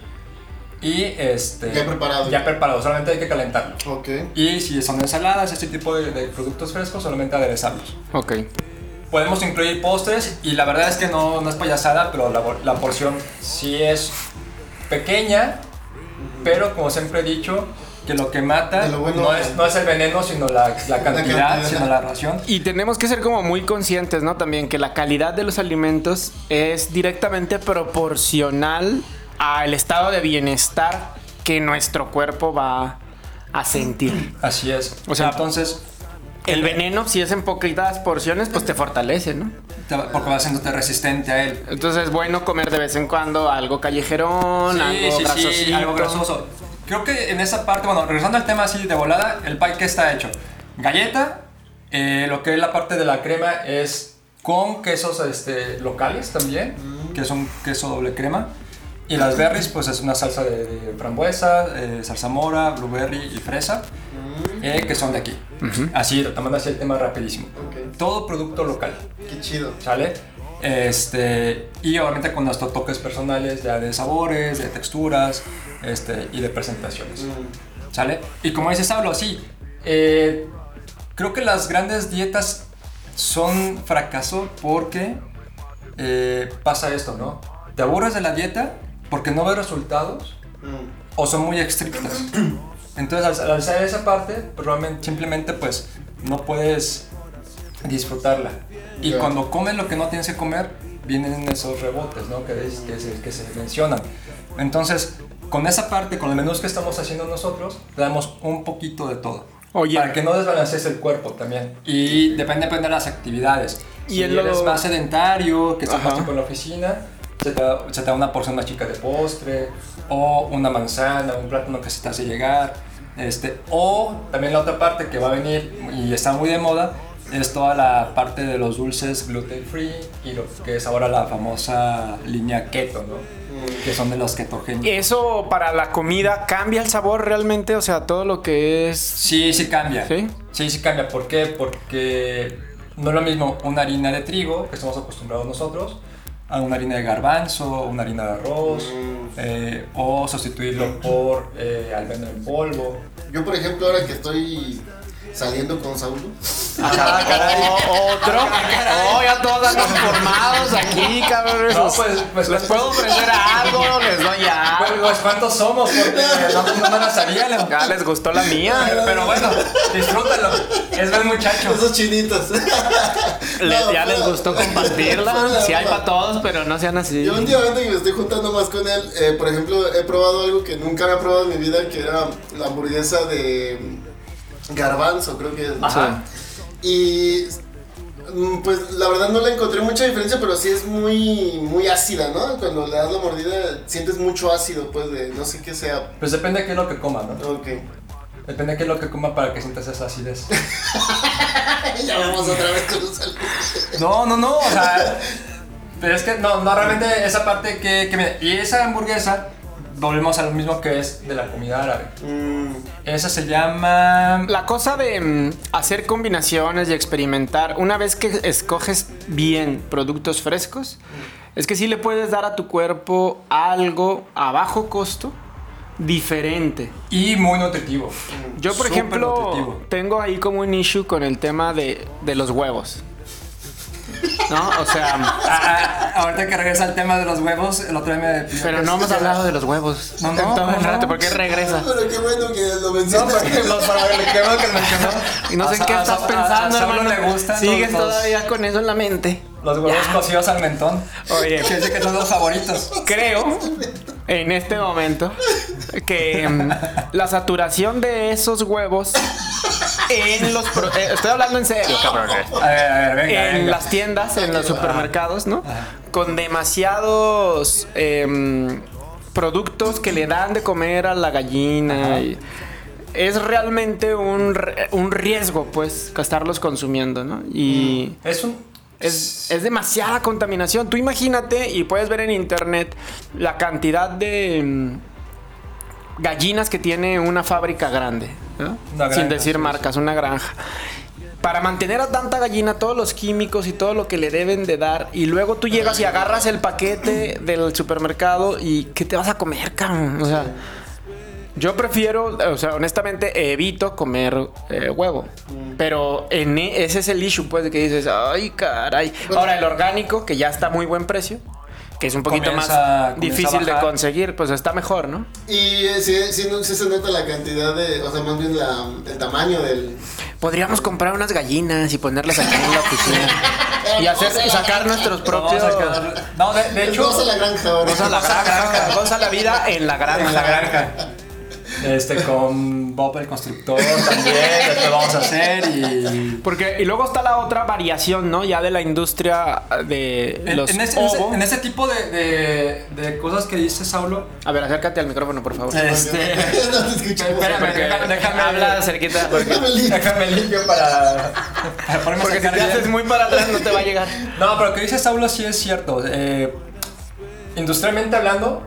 S4: y este...
S2: Ya preparado.
S4: Ya preparado, solamente hay que calentarlo.
S2: Ok.
S4: Y si son ensaladas, este tipo de, de productos frescos, solamente aderezarlos.
S3: Ok.
S4: Podemos incluir postres y la verdad es que no, no es payasada, pero la, la porción sí es pequeña, pero como siempre he dicho, que lo que mata
S2: De lo bueno-
S4: no, es, no es el veneno, sino la, la cantidad,
S2: cantidad.
S4: sino la ración.
S3: Y tenemos que ser como muy conscientes, ¿no? También que la calidad de los alimentos es directamente proporcional al estado de bienestar que nuestro cuerpo va a sentir.
S4: Así es.
S3: O sea,
S4: entonces,
S3: El veneno, si es en poquitas porciones, pues te fortalece, ¿no?
S4: te va- porque vas haciéndote resistente a él.
S3: Entonces es bueno comer de vez en cuando algo callejerón, algo grasosito.
S4: algo grasoso. Creo que en esa parte, bueno, regresando al tema así de volada, el pie que está hecho. Galleta, eh, lo que es la parte de la crema es con quesos este, locales también, que es un queso doble crema. Y las berries, pues es una salsa de, de frambuesa, eh, zarzamora, blueberry y fresa, eh, que son de aquí. Así, retomando así el tema rapidísimo.
S2: Ok.
S4: Todo producto local.
S2: Qué chido.
S4: ¿sale? Este, y obviamente con nuestros toques personales ya de sabores, de texturas este, y de presentaciones, ¿sale? Y como dices, hablo así, eh, creo que las grandes dietas son fracaso porque eh, pasa esto, ¿no? Te aburres de la dieta porque no ves resultados
S2: Mm.
S4: o son muy estrictas. [CLEARS THROAT] Entonces, al, al hacer esa parte, pues, realmente, simplemente pues no puedes disfrutarla. Y
S2: Ya.
S4: cuando comes lo que no tienes que comer, vienen esos rebotes, ¿no? Que, es- que, se, que se mencionan. Entonces, con esa parte, con los menús que estamos haciendo nosotros, le damos un poquito de todo.
S3: Oye.
S4: Para que no desbalancees el cuerpo también. Y depende, depende de las actividades.
S3: Y
S4: si
S3: el lo-
S4: eres más sedentario, que estás
S3: Ajá.
S4: más tiempo en la oficina, se te, da, se te da una porción más chica de postre, o una manzana, un plátano que se te hace llegar. Este, o también la otra parte que va a venir y está muy de moda es toda la parte de los dulces gluten free y lo que es ahora la famosa línea keto, ¿no? Que son de los ketogénicos.
S3: Eso para la comida cambia el sabor realmente, o sea, todo lo que es.
S4: Sí, sí cambia.
S3: ¿Sí?
S4: Sí, sí cambia. ¿Por qué? Porque no es lo mismo una harina de trigo, que estamos acostumbrados nosotros, a una harina de garbanzo, una harina de arroz, eh, o sustituirlo por eh, almendra en polvo.
S2: Yo, por ejemplo, ahora que estoy saliendo con Saulo.
S3: [LAUGHS] Ajá, o- [LAUGHS] otro. Oh, ya todos andan formados aquí, cabrones.
S4: No, pues, pues,
S3: les
S4: pues-
S3: puedo ofrecer algo, les doy algo.
S4: Bueno, pues, ¿cuántos somos? Porque no, no me la sabía, Leo.
S3: Ya les gustó la mía.
S4: Pero bueno, disfrútalo. Es buen muchacho.
S2: Esos
S3: [LAUGHS]
S2: chinitos.
S3: Les-
S2: No,
S3: Ah. ya les
S2: fuera- [LAUGHS]
S3: gustó compartirla.
S2: fuera-
S3: Sí hay para todos, pero no sean así.
S2: Yo últimamente que me estoy juntando más con él, eh, por ejemplo, he probado algo que nunca había probado en mi vida, que era la hamburguesa de garbanzo, creo que es. ¿no?
S4: Ajá.
S2: Y mm, pues la verdad no le encontré mucha diferencia, pero sí es muy, muy ácida, ¿no? Cuando le das la mordida sientes mucho ácido, pues de no sé qué sea.
S4: Pues depende de qué es lo que coma, ¿no?
S2: Ok.
S4: Depende de qué es lo que coma para que sientas esa acidez.
S2: [LAUGHS] ya vamos otra vez con los saludos.
S4: No, no, no, o sea. Pero es que no, no, realmente esa parte que, que mira, Y esa hamburguesa, volvemos a lo mismo que es de la comida árabe.
S2: Mm,
S4: Esa se llama.
S3: La cosa de mm, hacer combinaciones y experimentar, una vez que escoges bien productos frescos, es que sí le puedes dar a tu cuerpo algo a bajo costo diferente.
S4: Y muy nutritivo.
S3: Yo, por
S4: Súper
S3: ejemplo,
S4: nutritivo.
S3: tengo ahí como un issue con el tema de, de los huevos. ¿No? O sea,
S4: Ah, ah, ahorita que regresa al tema de los huevos, el otro día me.
S3: pero no hemos hablado de los huevos.
S4: No, no,
S3: Entonces,
S4: no, no.
S3: espérate, ¿por qué regresa?
S2: pero qué bueno que lo
S4: No,
S2: mencionas.
S4: porque los para el tema que mencionó.
S3: Y no sé en
S4: A-
S3: qué
S4: a-
S3: estás
S4: a- a-
S3: pensando,
S4: a Saulo
S3: hermano.
S4: le gustan
S3: Sigues
S4: los- los-
S3: todavía con eso en la mente.
S4: Los huevos cocidos al mentón.
S3: Oye.
S4: Que dice que son los favoritos.
S3: creo en este momento que mm, la saturación de esos huevos en los pro- eh, estoy hablando en serio cabrones
S4: A ver, a ver, eh. venga.
S3: en
S4: venga.
S3: las tiendas en los supermercados no con demasiados em, productos que le dan de comer a la gallina. y es realmente un, re- un riesgo, pues, estarlos consumiendo, ¿no? Y
S4: Es un.
S3: es, es demasiada contaminación. Tú imagínate y puedes ver en internet la cantidad de mm, gallinas que tiene una fábrica grande, ¿no?
S4: Una granja,
S3: sin decir
S4: sí,
S3: marcas, una granja. Para mantener a tanta gallina todos los químicos y todo lo que le deben de dar y luego tú llegas y agarras el paquete del supermercado y ¿qué te vas a comer, cabrón? O sea, yo prefiero, o sea, honestamente evito comer eh, huevo.
S4: Mm.
S3: Pero en e- ese es el issue, pues, de que dices, ay, caray.
S4: Pues
S3: Ahora, el orgánico, que ya está a muy buen precio, que es un poquito
S4: Comienza- comienza a
S3: más difícil de
S4: bajar.
S3: conseguir, pues está mejor, ¿no?
S2: [LAUGHS] Y eh, sí, sí, no, sí se nota la cantidad de, o sea, más bien la, el tamaño del...
S3: Podríamos comprar unas gallinas y ponerlas aquí en la
S4: [LAUGHS]
S3: oficina. y hacer, y sacar nuestros
S4: Vamos
S3: propios.
S4: a quedar- No, de,
S3: [LAUGHS]
S4: de hecho.
S2: Vamos a la granja ahora. [LAUGHS]
S3: Goza la granja, goza la vida en la granja.
S4: En la granja. Este, con Bob el constructor también, después vamos a hacer y.
S3: Porque, y luego está la otra variación, ¿no? Ya de la industria de
S4: En,
S3: los
S4: en ese, en ese-
S3: ovo.
S4: en ese tipo de, de- de cosas que
S3: [LAUGHS]
S4: dice Saulo,
S3: A ver, acércate al micrófono, por favor.
S4: este.
S2: no te escuchamos.
S4: Espérame,
S3: Porque-
S4: deja- déjame
S3: habla cerquita. Porque,
S2: [LAUGHS] Déjame limpio.
S4: Déjame limpio para, para ponerme a
S3: porque si
S4: sacar
S3: te
S4: bien.
S3: haces muy para atrás no te va a llegar.
S4: No, pero lo que dice Saulo sí es cierto. Eh, industrialmente hablando,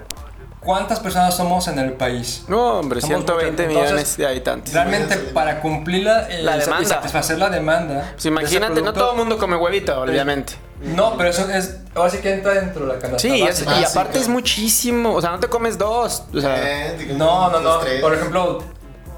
S4: ¿cuántas personas somos en el país?
S3: No, hombre,
S4: Somos
S3: 120
S4: muchos.
S3: millones
S4: Entonces,
S3: de habitantes.
S4: Realmente para cumplir la, eh,
S3: La
S4: y sa- y
S3: demanda.
S4: satisfacer la demanda.
S3: Pues
S4: de
S3: imagínate,
S4: ese
S3: no
S4: producto-
S3: todo el mundo come huevito, obviamente.
S4: No, pero eso es. Ahora sí que entra dentro de la canasta.
S3: Sí, es-
S4: básica.
S3: y
S2: básica.
S3: aparte es muchísimo. O sea, no te comes dos. O sea,
S2: Eh, te comes
S4: No, no, no.
S2: dos, tres.
S4: Por ejemplo,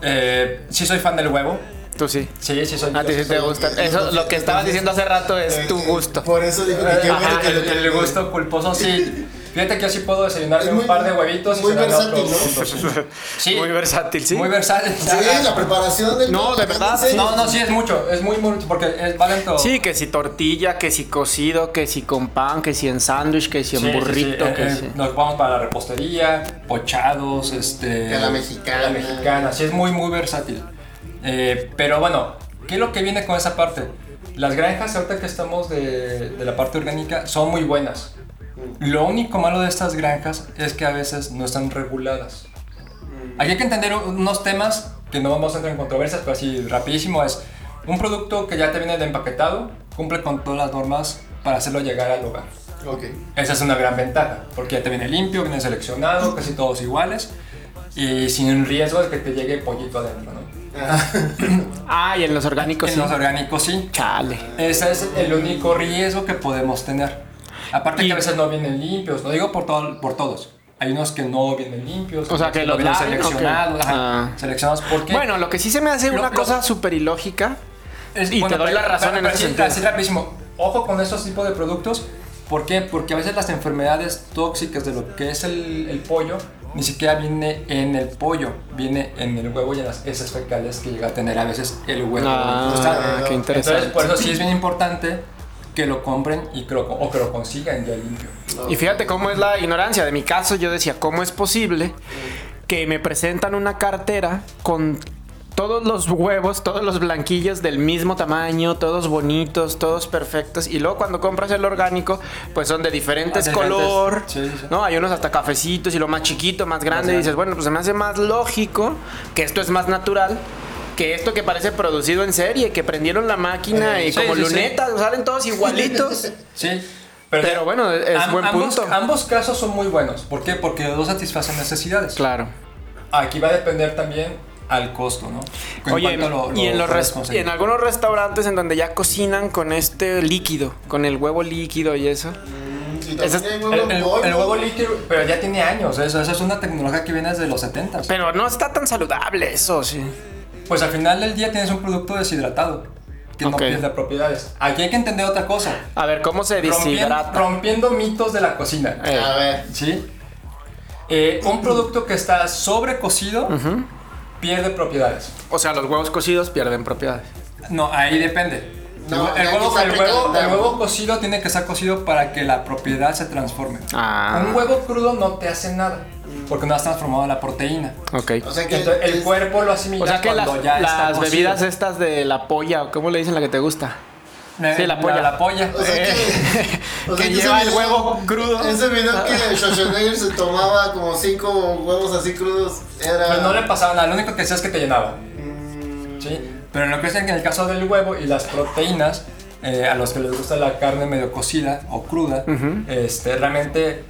S4: eh, sí soy fan del huevo.
S3: tú sí.
S4: Sí, sí soy.
S3: A ti
S4: yo
S3: Ah, sí
S4: sí
S3: te
S4: soy-
S3: gusta. Eso, lo que estabas diciendo hace rato es tu
S2: Eh,
S3: gusto.
S2: Por eso dijo que qué
S4: Ajá,
S2: bueno que lo
S4: el, el
S2: terminé.
S4: gusto
S2: [LAUGHS]
S4: culposo, sí. Fíjate que yo sí puedo
S2: Es
S4: desayunarme
S2: muy-
S4: un par de huevitos
S2: muy
S4: y cenarme
S2: versátil, ¿no?
S3: [LAUGHS]
S4: otro. Sí.
S3: Muy versátil, sí.
S4: Muy versátil.
S2: Sí, la preparación del.
S3: No, de verdad,
S2: Sí.
S4: No, no, sí es mucho, es muy mucho porque es va lento.
S3: Sí, que si tortilla, que si cocido, que si con pan, que si en sándwich, que si
S4: Sí,
S3: en
S4: sí, sí,
S3: burrito,
S4: eh,
S3: que
S4: eh,
S3: si.
S4: Nos vamos para la repostería, pochados, este.
S2: Que la mexicana.
S4: La mexicana, sí es muy, muy versátil. Eh, pero bueno, ¿qué es lo que viene con esa parte? Las granjas, ahorita que estamos de, de la parte orgánica, son muy buenas. Lo único malo de estas granjas es que a veces no están reguladas.
S2: Mm.
S4: Aquí hay que entender unos temas que no vamos a entrar en controversias, pero así rapidísimo es un producto que ya te viene de empaquetado, cumple con todas las normas para hacerlo llegar al hogar.
S2: Ok.
S4: Esa es una gran ventaja, porque ya te viene limpio, viene seleccionado, casi todos iguales y sin riesgo de que te llegue pollito adentro, ¿no?
S2: Ah,
S3: Ah, y en los orgánicos
S4: En
S3: sí.
S4: los orgánicos sí.
S3: Chale.
S4: Ese es el único riesgo que podemos tener. Aparte
S3: Y-
S4: que a veces no vienen limpios, no digo por, todo- por todos. Hay unos que no vienen limpios,
S3: O sea, que
S4: no
S3: los
S4: vienen
S3: laven, ¿o qué?
S4: seleccionados, ajá,
S3: Ah.
S4: seleccionados porque
S3: Bueno, lo que sí se me hace
S4: Lo-
S3: una
S4: lo-
S3: cosa súper ilógica.
S4: Es-
S3: y te doy la razón en ese
S4: sí,
S3: sentido.
S4: así rapidísimo. Ojo con estos tipos de productos. ¿Por qué? Porque a veces las enfermedades tóxicas de lo que es el, el pollo ni siquiera viene en el pollo, viene en el huevo y en las heces fecales que llega a tener a veces el huevo.
S3: Ah,
S4: O sea,
S3: qué
S4: entonces,
S3: interesante.
S4: por eso sí es bien importante que lo compren y que lo, o que lo consigan ya limpio.
S3: Y fíjate cómo es la ignorancia. De mi caso, yo decía, ¿cómo es posible que me presentan una cartera con todos los huevos, todos los blanquillos del mismo tamaño, todos bonitos, todos perfectos? Y luego cuando compras el orgánico, pues son de diferentes
S4: Ah, diferentes.
S3: color,
S4: Sí, sí.
S3: ¿no? Hay unos hasta cafecitos y lo más chiquito, más grande. Y
S4: grande.
S3: dices, bueno, pues se me hace más lógico que esto es más natural. Que esto que parece producido en serie, que prendieron la máquina y
S4: Eh, Sí,
S3: como
S4: sí, sí.
S3: lunetas, salen todos
S4: [LAUGHS]
S3: igualitos.
S4: Sí.
S3: Pero bueno, es buen
S4: ambos-
S3: punto.
S4: Ambos casos son muy buenos. ¿Por qué? Porque los dos satisfacen necesidades.
S3: claro.
S4: Aquí va a depender también al costo, ¿no? En
S3: Oye,
S4: cuanto lo- lo
S3: y en, los
S4: puedas
S3: res-
S4: conseguir.
S3: en algunos restaurantes en donde ya cocinan con este líquido, con el huevo líquido y eso.
S2: sí,
S3: Ese es-
S2: también hay
S4: El, el- el
S2: polvo.
S4: huevo líquido, pero ya tiene años, ¿eh? eso, eso es una tecnología que viene desde los 70.
S3: Pero no está tan saludable eso, sí.
S4: Pues al final del día tienes un producto deshidratado que
S3: Ok.
S4: no pierde propiedades. Aquí hay que entender otra cosa.
S3: A ver, ¿cómo se
S4: Rompiendo,
S3: deshidrata?
S4: rompiendo mitos de la cocina.
S3: Eh,
S2: A ver.
S4: ¿Sí? Eh, un producto que está sobrecocido pierde propiedades.
S3: o sea, los huevos cocidos pierden propiedades.
S4: No, ahí depende.
S2: No,
S4: el,
S2: hay
S4: huevo,
S2: que
S4: el,
S2: estar
S4: huevo, el
S2: precalentado.
S4: huevo cocido tiene que estar cocido para que la propiedad se transforme.
S3: Ah.
S4: Un huevo crudo no te hace nada porque no has transformado la proteína.
S3: Ok.
S2: O sea que.
S4: Entonces, el cuerpo lo asimila
S3: O sea que las,
S4: cuando ya está
S3: las [LAUGHS]
S4: cocido.
S3: bebidas estas de la polla, o ¿cómo le dicen la que te gusta? Sí, la polla.
S4: La, polla.
S2: O sea,
S3: Eh,
S2: que, o sea,
S3: que
S2: ese
S3: lleva el
S2: video-
S3: huevo crudo.
S2: Ese video que Schwarzenegger se tomaba como cinco huevos así crudos era.
S4: Pero Pues no le pasaba nada, lo único que hacía es que te llenaba. ¿sí? Pero lo que es en el caso del huevo y las proteínas, eh, a los que les gusta la carne medio cocida o cruda, este, realmente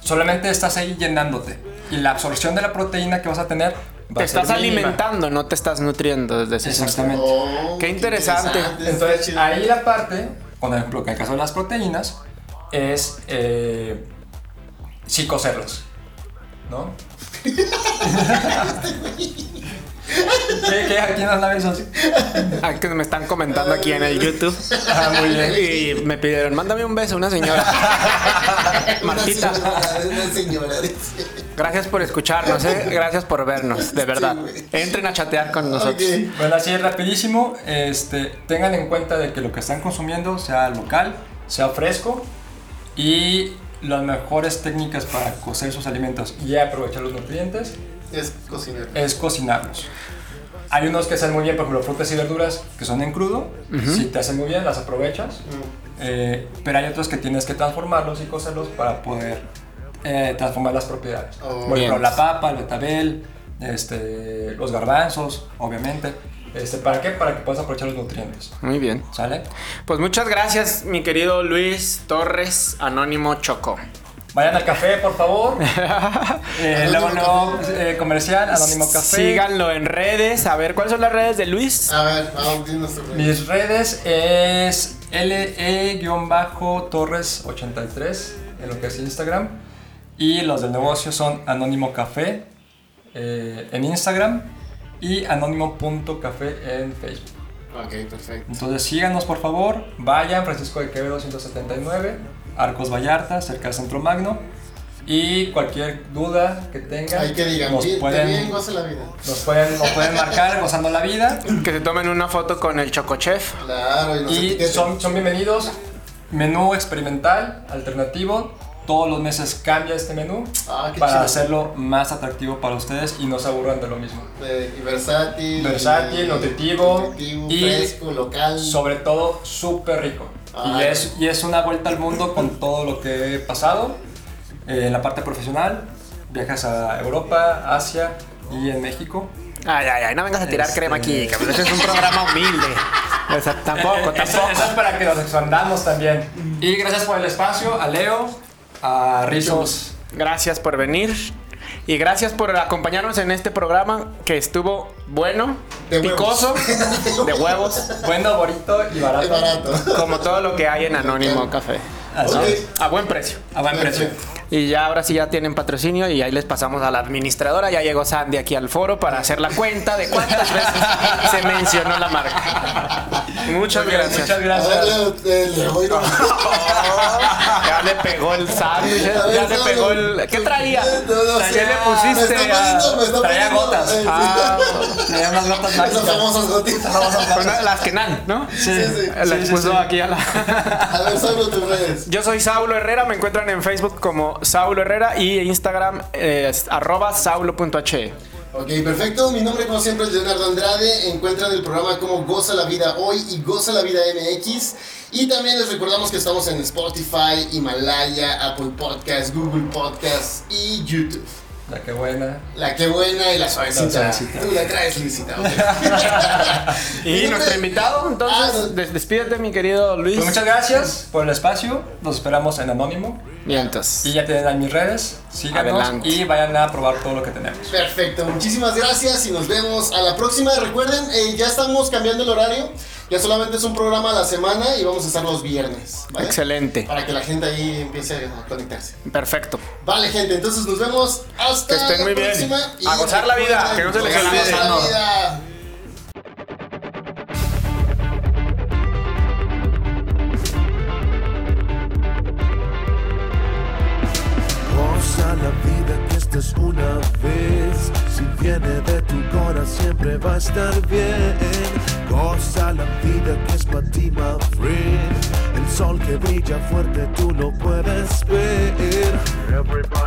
S4: solamente estás ahí llenándote. Y la absorción de la proteína que vas a tener va
S3: Te
S4: a ser
S3: estás
S4: mínima.
S3: alimentando, no te estás nutriendo desde ese sentido.
S4: Exactamente.
S2: Oh,
S3: Qué interesante.
S2: Está
S4: Entonces,
S2: chido.
S4: ahí la parte, por ejemplo, que en el caso de las proteínas, es eh, sí cocerlas, ¿no? [LAUGHS] ¿Qué, qué? ¿A quién las labios así?
S3: Ah, que me están comentando aquí en el YouTube.
S4: Ah, muy bien.
S3: Y me pidieron, mándame un beso, una
S4: [LAUGHS]
S3: señora.
S2: Una
S3: Martita.
S2: señora, Una señora, dice.
S3: Gracias por escucharnos, ¿eh? gracias por vernos, de verdad.
S2: güey.
S3: Entren a chatear con nosotros.
S2: Ok.
S4: Bueno, así rapidísimo, este, tengan en cuenta de que lo que están consumiendo sea local, sea fresco y las mejores técnicas para cocer sus alimentos y aprovechar los nutrientes
S2: Es cocinar.
S4: es cocinarlos. Hay unos que hacen muy bien, por ejemplo, frutas y verduras que son en crudo. Si te hacen muy bien, las aprovechas. Eh, pero hay otros que tienes que transformarlos y cocerlos para poder eh, transformar las propiedades.
S2: Oh.
S4: por ejemplo,
S3: Bien.
S4: la papa, el betabel, este, los garbanzos, obviamente. Este, ¿Para qué? Para que puedas aprovechar los nutrientes.
S3: Muy bien.
S4: ¿Sale?
S3: Pues muchas gracias, mi querido Luis Torres Anónimo Choco.
S4: Vayan al café, por favor. Eh, luego,
S2: Anónimo
S4: no, eh, comercial, [LAUGHS] Anónimo Café. Ah.
S3: Síganlo en redes. A ver, ¿cuáles son las redes de Luis?
S2: A ver, vamos, dinos tu rey.
S4: Mis redes es E le-torres83 en lo que es Instagram. Y los del negocio son Anónimo Café eh, en Instagram y anónimo.café en Facebook.
S2: Ok, perfecto.
S4: Entonces síganos por favor, vayan Francisco de Quevedo 179, Arcos Vallarta, cerca del Centro Magno. Y cualquier duda que tengan,
S2: Ahí que digan,
S4: nos,
S2: bien,
S4: pueden,
S2: bien goza la vida.
S4: nos, pueden, nos pueden marcar gozando la vida.
S3: Que se tomen una foto con el Chocochef.
S2: Claro, y nos
S4: Y
S2: etiqueten.
S4: son, son bienvenidos. Menú experimental, alternativo. Todos los meses cambia este menú
S2: Ah, qué
S4: para
S2: chido.
S4: hacerlo más atractivo para ustedes y no se aburran de lo mismo.
S2: Eh, y versátil.
S4: Versátil,
S2: y-
S4: nutritivo,
S2: nutritivo,
S4: y-
S2: fresco, local.
S4: Sobre todo, súper rico. Y
S2: Ay.
S4: es, y es una vuelta al mundo con todo lo que he pasado eh, en la parte profesional. Viajas a Europa, Asia y en México.
S3: Ay, ay, ay, no vengas a tirar
S4: Este-
S3: crema aquí, cabrón. Este es un programa
S4: [LAUGHS]
S3: humilde. O sea, tampoco,
S4: Eh, eh, eso-
S3: tampoco.
S4: Eso, es para que nos expandamos también.
S2: Mm.
S4: Y gracias por el espacio a Leo, a Rizos.
S3: Gracias por venir. Y gracias por acompañarnos en este programa que estuvo bueno,
S2: De huevos.
S3: picoso,
S2: [LAUGHS]
S3: de huevos,
S4: Bueno, bonito y
S2: Es barato.
S3: como todo lo que hay en Anónimo Café.
S4: Así
S2: Ok.
S4: es.
S3: A buen precio.
S4: A buen precio.
S3: Y ya ahora sí ya tienen patrocinio y ahí les pasamos a la administradora. Ya llegó Sandy aquí al foro para hacer la cuenta de cuántas veces se mencionó la marca. Muchas gracias.
S4: Muchas
S2: A ver,
S4: gracias.
S2: Leo, te- le
S3: [LAUGHS]
S2: voy a-
S3: Ya le pegó el sándwich,
S2: A ver,
S3: Ah, ya le
S2: no,
S3: pegó
S2: no,
S3: el... ¿Qué traía?
S2: No, no
S3: ¿Qué
S2: sé.
S3: le
S2: Me está
S3: pusiste? a-
S2: poniendo, me está
S4: traía
S2: poniendo-
S4: gotas.
S2: eh, [LAUGHS]
S3: Ah,
S4: Traía unas notas
S2: sí. Esas
S4: mágicas.
S2: famosas gotitas.
S3: Bueno, [LAUGHS] Pues las que nan, ¿no?
S4: Sí,
S2: sí.
S4: sí,
S3: Las
S4: sí,
S3: puso
S4: sí.
S3: aquí a la...
S2: A ver, solo tus redes.
S3: Yo soy Saulo Herrera, me encuentran en Facebook como Saulo Herrera y en Instagram eh, es arroba saulo.h.
S2: Ok, perfecto. Mi nombre, como siempre, es Leonardo Andrade. Encuentran el programa como Goza la Vida Hoy y Goza la Vida MX. Y también les recordamos que estamos en Spotify, Himalaya, Apple Podcasts, Google Podcasts y YouTube.
S4: La que buena.
S2: La que buena y la suavecita.
S4: La suavecita.
S2: Tú la traes, Luisita. ok. Mi
S3: [LAUGHS] Y
S2: nombre-
S3: nuestro invitado,
S2: Ah,
S3: entonces, des- despídete, mi querido Luis.
S4: Pues muchas gracias por el espacio. Los esperamos en Anónimo.
S3: Y entonces.
S4: Y ya tienen ahí mis redes. Síganos
S3: Adelante.
S4: y vayan a probar todo lo que tenemos.
S2: Perfecto, muchísimas gracias y nos vemos a la próxima. Recuerden, eh, ya estamos cambiando el horario. Ya solamente es un programa a la semana y vamos a estar los viernes. ¿vale?
S3: Excelente.
S2: Para que la gente ahí empiece a conectarse.
S3: Perfecto.
S2: Vale, gente, entonces nos vemos hasta
S3: Que estén
S2: la
S3: muy bien.
S2: próxima.
S3: A gozar la vida,
S2: recuerden,
S3: que no se les
S2: gozar
S3: olvide.
S2: la vida.
S1: Goza la vida que esta es una vez. Si viene de tu cora siempre va a estar bien. Goza la vida que es para ti, my friend. El sol que brilla fuerte tú lo puedes ver. Everybody.